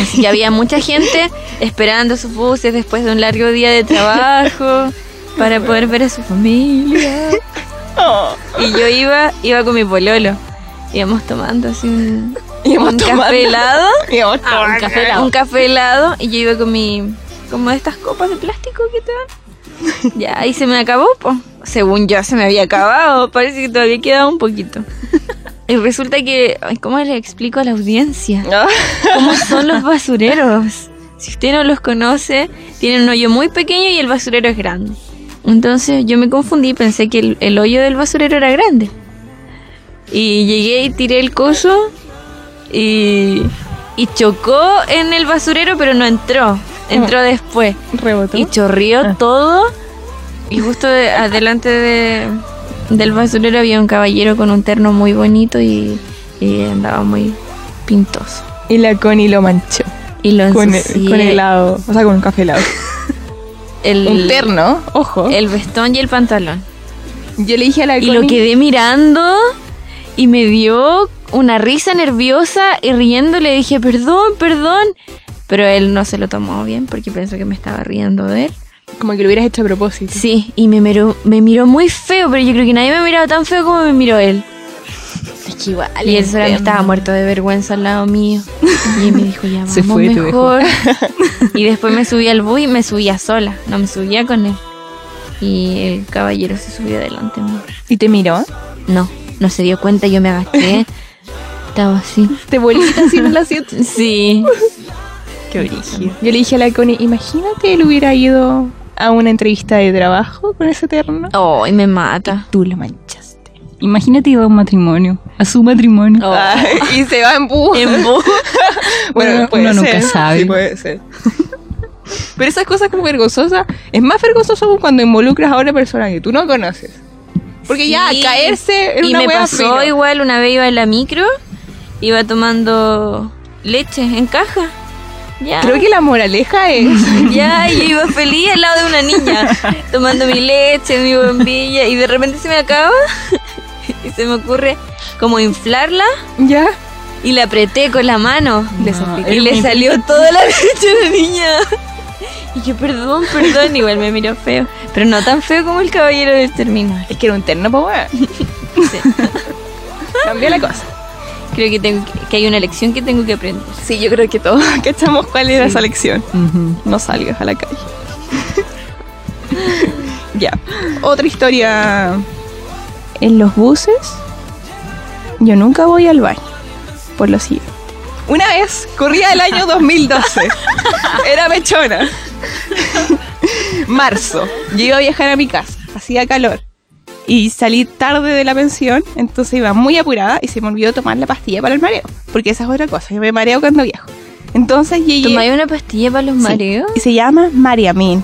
Speaker 3: Así que había mucha gente esperando sus buses después de un largo día de trabajo para poder ver a su familia.
Speaker 4: Oh.
Speaker 3: Y yo iba, iba con mi pololo. Íbamos tomando así un,
Speaker 4: Íbamos
Speaker 3: un
Speaker 4: tomando.
Speaker 3: café helado.
Speaker 4: Y vamos
Speaker 2: Ah, un
Speaker 4: tomando.
Speaker 2: café helado.
Speaker 3: Un café helado y yo iba con mi. como de estas copas de plástico que te dan. Ya, y se me acabó, po. Según yo se me había acabado, parece que todavía quedaba un poquito. Y resulta que. ay, ¿Cómo le explico a la audiencia?
Speaker 4: Ah,
Speaker 3: ¿Cómo son los basureros? Si usted no los conoce, tienen un hoyo muy pequeño y el basurero es grande. Entonces yo me confundí, pensé que el, el hoyo del basurero era grande. Y llegué y tiré el coso y, y chocó en el basurero, pero no entró. Entró después.
Speaker 4: Rebotó.
Speaker 3: Y chorrió todo. Y justo de- adelante de- del basurero había un caballero con un terno muy bonito y, y andaba muy pintoso.
Speaker 4: Y la Connie lo manchó.
Speaker 3: Y lo
Speaker 4: Con,
Speaker 3: ensucié.
Speaker 4: con helado. O sea, con un café helado.
Speaker 3: el,
Speaker 4: Un terno, ojo.
Speaker 3: el vestón y el pantalón.
Speaker 4: Yo le dije a la
Speaker 3: Y lo
Speaker 4: Connie-
Speaker 3: quedé mirando y me dio una risa nerviosa y riendo le dije, perdón, perdón. Pero él no se lo tomó bien porque pensó que me estaba riendo de él.
Speaker 4: Como que lo hubieras hecho a propósito.
Speaker 3: Sí, y me miró, me miró muy feo, pero yo creo que nadie me ha mirado tan feo como me miró él. Y él solamente estaba muerto de vergüenza al lado mío. Y me dijo, ya vamos
Speaker 2: Se fue, te
Speaker 3: mejor. Y después me subí al bus y me subía sola, no me subía con él. Y el caballero se subió delante mío.
Speaker 4: Y te miró.
Speaker 3: No, no se dio cuenta, yo me agaché. Estaba así.
Speaker 4: Te volviste así en el asiento.
Speaker 3: Sí.
Speaker 4: Qué origen. Yo le dije a la Connie, imagínate él hubiera ido a una entrevista de trabajo con ese terno.
Speaker 3: Oh, y me mata.
Speaker 4: Tú lo manchaste.
Speaker 2: Imagínate iba a un matrimonio, a su matrimonio.
Speaker 3: Oh.
Speaker 4: Ay, y se va en bus.
Speaker 3: En bus.
Speaker 2: Uno- uno nunca sabe.
Speaker 4: Sí, puede ser. Pero esas cosas como vergonzosas, es más vergonzoso aún cuando involucras a una persona que tú no conoces. Porque ya
Speaker 3: Sí.
Speaker 4: caerse en
Speaker 3: y
Speaker 4: una
Speaker 3: me
Speaker 4: wea
Speaker 3: pasó
Speaker 4: filo.
Speaker 3: igual, una vez iba en la micro, iba tomando leche en caja. Ya.
Speaker 4: Creo que la moraleja es.
Speaker 3: Ya, y yo iba feliz al lado de una niña, tomando mi leche, mi bombilla, y de repente se me acaba y se me ocurre como inflarla
Speaker 4: ¿Ya?
Speaker 3: y la apreté con la mano.
Speaker 2: Le
Speaker 3: Y le salió toda la leche a la niña. Y yo, perdón, perdón, igual me miró feo. Pero no tan feo como el caballero del terminal.
Speaker 4: Es que era un terno, pues weón.
Speaker 3: Sí.
Speaker 4: Cambió la cosa.
Speaker 3: Creo que, tengo que, que hay una lección que tengo que aprender.
Speaker 4: Sí, yo creo que todos cachamos cuál era esa lección. No salgas a la calle. ya. Otra historia. En los buses, yo nunca voy al baño. Por lo siguiente. Una vez, corría el año 2012. Era mechona. Marzo. Yo iba a viajar a mi casa. Hacía calor. Y salí tarde de la pensión, entonces iba muy apurada y se me olvidó tomar la pastilla para el mareo. Porque esa es otra cosa, yo me mareo cuando viajo. Entonces llegué...
Speaker 3: ¿Tomáis una pastilla para los
Speaker 4: Sí.
Speaker 3: mareos?
Speaker 4: Y se llama Mariamin.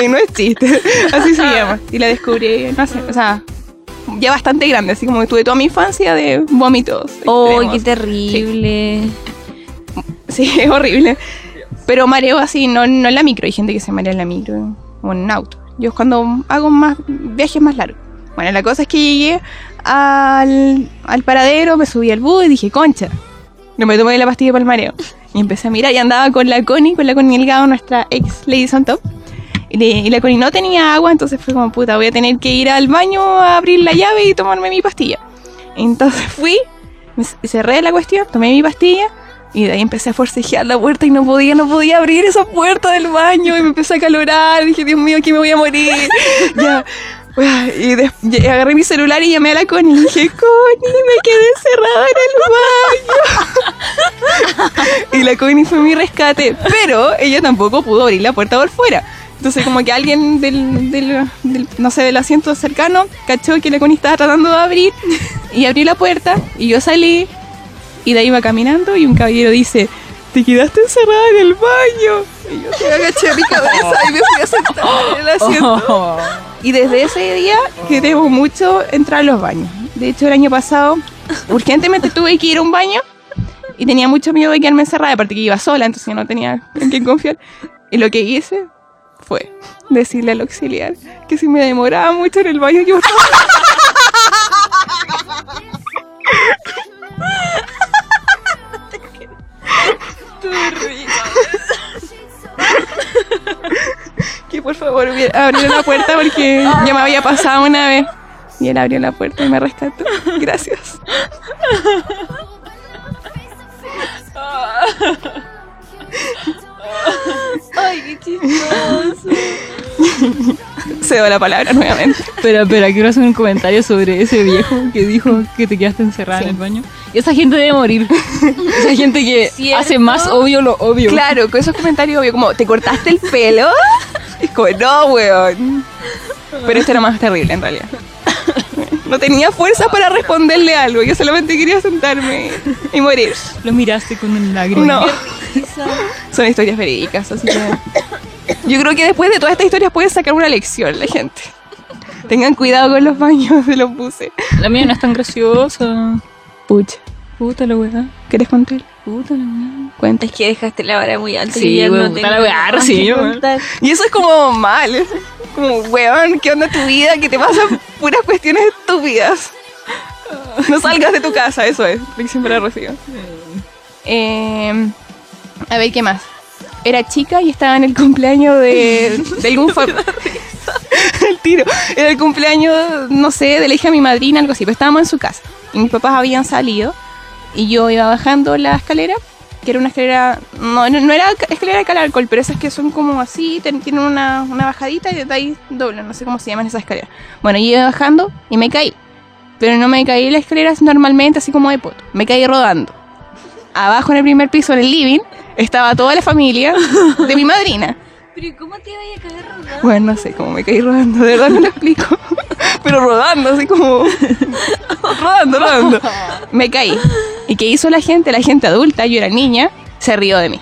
Speaker 4: y no es chiste, así se llama. Y la descubrí, no sé, o sea, ya bastante grande, así como que tuve toda mi infancia de vómitos.
Speaker 3: ¡Oh,
Speaker 4: extremos.
Speaker 3: qué terrible!
Speaker 4: Sí, es horrible. Pero mareo así, no, no en la micro. Hay gente que se marea en la micro o en un auto. Yo es cuando hago más viajes más largos. Bueno, la cosa es que llegué al, al paradero, me subí al bus y dije, concha, no me tomé la pastilla para el mareo. Y empecé a mirar y andaba con la Connie, con la Connie Delgado, nuestra ex Lady on Top. Y, le- y la Connie no tenía agua, entonces fue como, puta, voy a tener que ir al baño a abrir la llave y tomarme mi pastilla. Entonces fui, me c- cerré la cuestión, tomé mi pastilla y de ahí empecé a forcejear la puerta y no podía, no podía abrir esa puerta del baño y me empecé a calorar. Dije, Dios mío, aquí me voy a morir. ya. Uah, Y, des- y agarré mi celular y llamé a la Connie. Y dije, Connie, me quedé encerrada en el baño. y la Connie fue mi rescate. Pero ella tampoco pudo abrir la puerta por fuera. Entonces, como que alguien del, del- del- no sé, del asiento cercano cachó que la Connie estaba tratando de abrir y abrí la puerta y yo salí y de ahí va caminando y un caballero dice, te quedaste encerrada en el baño. Y yo se agaché mi cabeza y me fui a sentar en el asiento. Y desde ese día queremos mucho entrar a los baños. De hecho, el año pasado urgentemente tuve que ir a un baño y tenía mucho miedo de quedarme encerrada, aparte que iba sola, entonces yo no tenía en quién confiar. Y lo que hice fue decirle al auxiliar que si me demoraba mucho en el baño, que por favor que por favor hubiera- abriera la puerta porque ya me había pasado una vez. Y él abrió la puerta y me rescató. Gracias.
Speaker 3: ¡Ay, qué chistoso!
Speaker 4: Cedo la palabra nuevamente.
Speaker 2: Espera, espera, quiero hacer un comentario sobre ese viejo que dijo que te quedaste encerrada en el baño. Esa gente debe morir. Esa gente que
Speaker 3: ¿Cierto?
Speaker 2: hace más obvio lo obvio.
Speaker 4: Claro, con esos comentarios obvio, como, ¿te cortaste el pelo? Es como, no, weón. Pero este era más terrible en realidad. No tenía fuerza para responderle algo. Yo solamente quería sentarme y morir.
Speaker 2: Lo miraste con un lágrima.
Speaker 4: No. Son historias verídicas, así que. Yo creo que después de todas estas historias pueden sacar una lección la gente. Tengan cuidado con los baños de los buses.
Speaker 2: La mía no es tan graciosa.
Speaker 4: Pucha,
Speaker 2: Puta la weá.
Speaker 4: ¿querés contar?
Speaker 2: Puta la weá.
Speaker 4: Cuenta.
Speaker 3: Es que dejaste la vara muy alta.
Speaker 2: Sí,
Speaker 3: y ya
Speaker 2: weón,
Speaker 3: no
Speaker 2: puta la weá,
Speaker 3: nada más
Speaker 2: sí,
Speaker 3: que
Speaker 2: weón.
Speaker 3: contar.
Speaker 4: Y eso es como mal. Como, weón, ¿qué onda tu vida? Que te pasan puras cuestiones estúpidas. No salgas de tu casa, eso es. lo que Siempre la recibo. Eh, a ver, ¿qué más? Era chica y estaba en el cumpleaños de, de algún fa- el tiro. Era el cumpleaños, no sé, de la hija de mi madrina, algo así. Pero estábamos en su casa. Y mis papás habían salido. Y yo iba bajando la escalera, que era una escalera. No, no, no era ca- escalera de calarcol, pero esas que son como así, ten- tienen una, una bajadita y de ahí doblan. No sé cómo se llaman esas escaleras. Bueno, yo iba bajando y me caí. Pero no me caí en las escaleras normalmente, así como de poto. Me caí rodando. Abajo en el primer piso, en el living, estaba toda la familia de mi madrina.
Speaker 3: Pero ¿cómo te vaya a caer rodando?
Speaker 4: Bueno, no sé cómo me caí rodando, de verdad no lo explico. Pero rodando, así como. rodando, rodando. Me caí. ¿Y qué hizo la gente? La gente adulta, yo era niña, se rió de mí.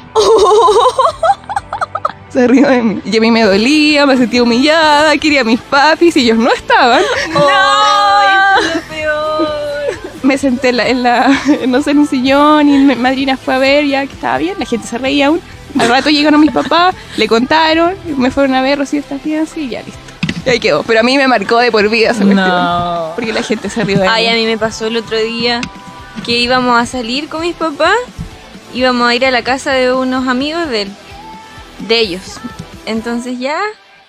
Speaker 4: Se rió de mí. Y a mí me dolía, me sentía humillada, quería a mis papis y ellos no estaban.
Speaker 3: ¡No! ¡Eso es lo peor!
Speaker 4: Me me senté en la, en la- no sé, en un sillón y mi madrina fue a ver ya que estaba bien, la gente se reía aún. Al rato llegaron mis papás, le contaron, me fueron a ver, Rocío, ¿estás bien? Sí, ya listo. Y ahí quedó. Pero a mí me marcó de por vida esa cuestión.
Speaker 2: No.
Speaker 4: Porque la gente se rió de
Speaker 3: Ay,
Speaker 4: mí.
Speaker 3: a mí me pasó el otro día que íbamos a salir con mis papás, íbamos a ir a la casa de unos amigos de, de ellos. Entonces ya,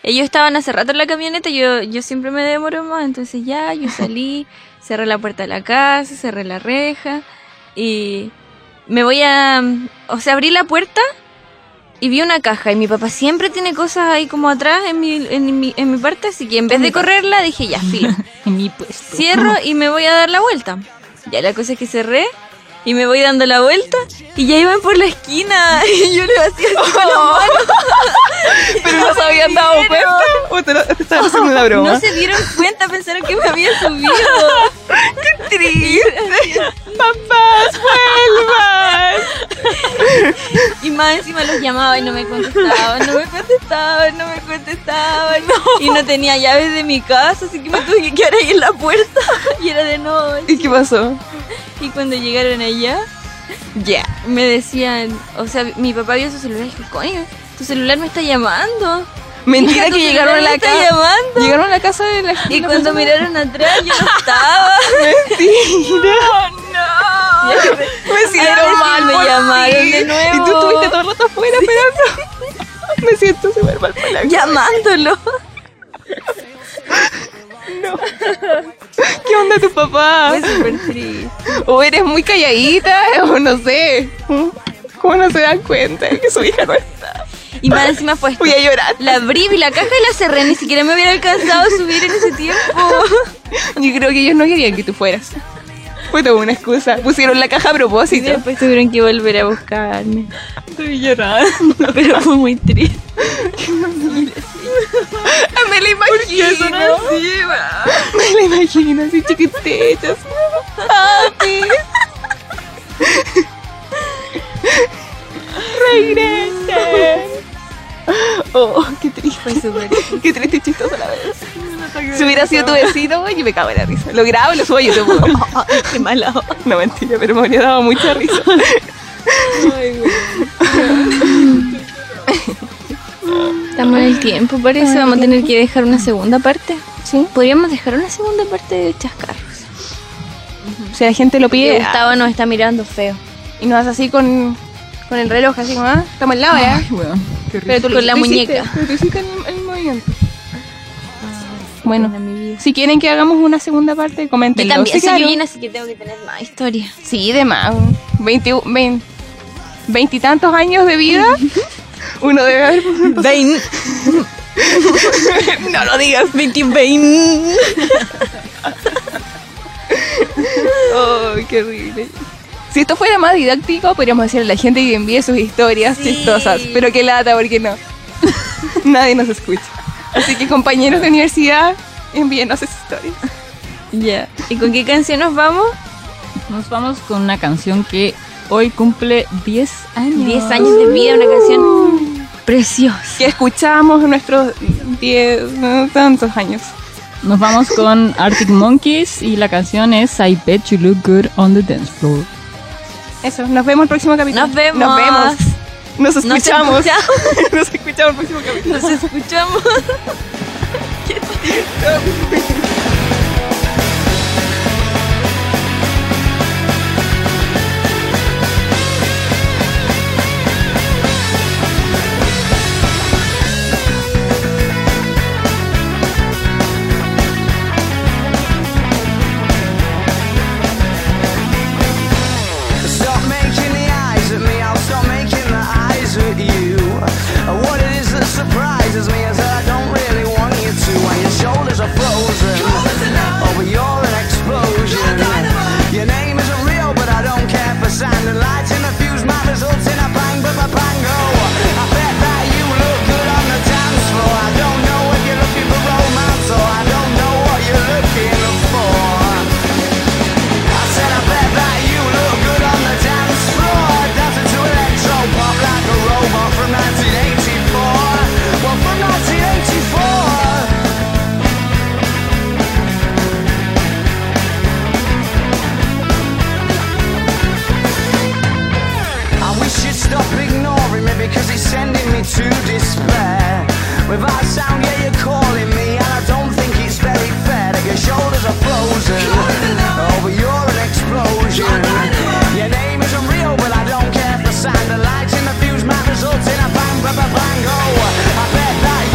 Speaker 3: ellos estaban hace rato en la camioneta, yo, yo siempre me demoro más, entonces ya, yo salí, cerré la puerta de la casa, cerré la reja y me voy a... O sea, abrí la puerta y vi una caja y mi papá siempre tiene cosas ahí como atrás en mi, en mi, en mi parte, así que en vez de correrla dije ya, filo.
Speaker 2: En mi puesto.
Speaker 3: Cierro y me voy a dar la vuelta. Ya la cosa es que cerré y me voy dando la vuelta y ya iban por la esquina y yo le hacía así con las manos.
Speaker 4: Oh. Pero no se habían dado cuenta. O te, lo- te estaban haciendo la broma.
Speaker 3: No se dieron cuenta, pensaron que me había subido. ¡Qué triste!
Speaker 4: ¡Papás, vuelvan!
Speaker 3: Y más encima los llamaba y no me contestaban, no me contestaban, no me contestaban. Y no tenía llaves de mi casa, así que me tuve que quedar ahí en la puerta. Y era de noche.
Speaker 4: ¿Y qué pasó?
Speaker 3: Y cuando llegaron allá, ya, me decían, o sea, mi papá vio su celular y dijo, coño, tu celular me está llamando.
Speaker 4: Mentira
Speaker 3: Hija, tu
Speaker 4: que llegaron
Speaker 3: celular
Speaker 4: a la
Speaker 3: me está
Speaker 4: casa.
Speaker 3: llamando.
Speaker 4: Llegaron a la casa de la de
Speaker 3: Y
Speaker 4: la
Speaker 3: cuando
Speaker 4: persona.
Speaker 3: miraron atrás, yo no estaba.
Speaker 4: ¡No!
Speaker 3: Oh,
Speaker 4: Me
Speaker 3: Ahora
Speaker 4: hicieron
Speaker 3: sí
Speaker 4: mal,
Speaker 3: me
Speaker 4: por
Speaker 3: llamaron
Speaker 4: ti.
Speaker 3: de nuevo.
Speaker 4: Y tú estuviste todo el rato afuera esperando. Me siento súper mal por la vida.
Speaker 3: Llamándolo.
Speaker 4: ¿Qué onda tu papá?
Speaker 3: Fue súper triste.
Speaker 4: O eres muy calladita, o no sé. ¿Cómo no se dan cuenta que su hija no está?
Speaker 3: Y más encima fue esto.
Speaker 4: Voy a llorar.
Speaker 3: La abrí, vi la caja y la cerré. Ni siquiera me hubiera alcanzado a subir en ese tiempo.
Speaker 4: Yo creo que ellos no querían que tú fueras. Fue toda una excusa. Pusieron la caja a
Speaker 3: Y
Speaker 4: propósito.
Speaker 3: después tuvieron que volver a buscarme. Estoy llorando. Pero fue muy triste.
Speaker 4: Me la imagino. Me la imagino así chiquititas. Papi. Regresen. Oh, qué triste.
Speaker 3: Fue súper
Speaker 4: Qué triste y chistoso la vez. Si hubiera sido tu vecino, güey, yo me cago en la risa. Lo grabo y lo subo a YouTube. güey.
Speaker 3: Qué mala onda.
Speaker 4: No, mentira, pero me habría dado mucha risa.
Speaker 3: Estamos en el tiempo, parece. Vamos a tener que dejar una segunda parte. Sí. Podríamos dejar una segunda parte de Chascarros.
Speaker 4: Si la gente lo
Speaker 3: Que
Speaker 4: pide ah,
Speaker 3: Gustavo nos está mirando feo.
Speaker 4: y nos hace así con, con el reloj, así como, ah, estamos en la hora.
Speaker 2: Ay, weón. Qué horrible.
Speaker 4: Pero tú lo-
Speaker 3: Con la
Speaker 4: tú hiciste,
Speaker 3: muñeca.
Speaker 4: pero tú hiciste el, el movimiento. Bueno,
Speaker 3: Pena, mi vida.
Speaker 4: si quieren que hagamos una segunda parte, comenten.
Speaker 3: Yo también soy bien, así que tengo que tener más historia.
Speaker 4: Sí, de más. Veintitantos años de vida. Uno debe haber.
Speaker 3: Vein. no lo digas, 20, vein.
Speaker 4: ¡Oh, qué horrible! Si esto fuera más didáctico, podríamos decirle a la gente que envíe sus historias
Speaker 3: Sí.
Speaker 4: chistosas. Pero qué lata, porque no. Nadie nos escucha. Así que, compañeros de universidad, envíenos esas historias.
Speaker 3: Ya. ¿Y con qué canción nos vamos?
Speaker 2: Nos vamos con una canción que hoy cumple 10 años.
Speaker 3: 10 años de vida, una canción Ah. preciosa.
Speaker 4: Que escuchamos en nuestros diez eh, tantos años.
Speaker 2: Nos vamos con Arctic Monkeys y la canción es I Bet You Look Good on the Dance Floor.
Speaker 4: Eso, nos vemos el próximo capítulo.
Speaker 3: Nos vemos.
Speaker 4: Nos vemos. Nos
Speaker 3: Nos
Speaker 4: escuchamos.
Speaker 3: escuchamos.
Speaker 4: Nos escuchamos, el próximo capítulo.
Speaker 3: Nos escuchamos.
Speaker 5: Stop making the eyes at me, I'll stop making the eyes at you. What it is that surprises me is that I don't really Oh, yeah, you're calling me, and I don't think it's very fair that your shoulders are frozen. Oh, but you're an explosion. Your name isn't real, but I don't care for sign. The lights in the fuse might result in a bang, bang, bang, bang. Oh, I bet that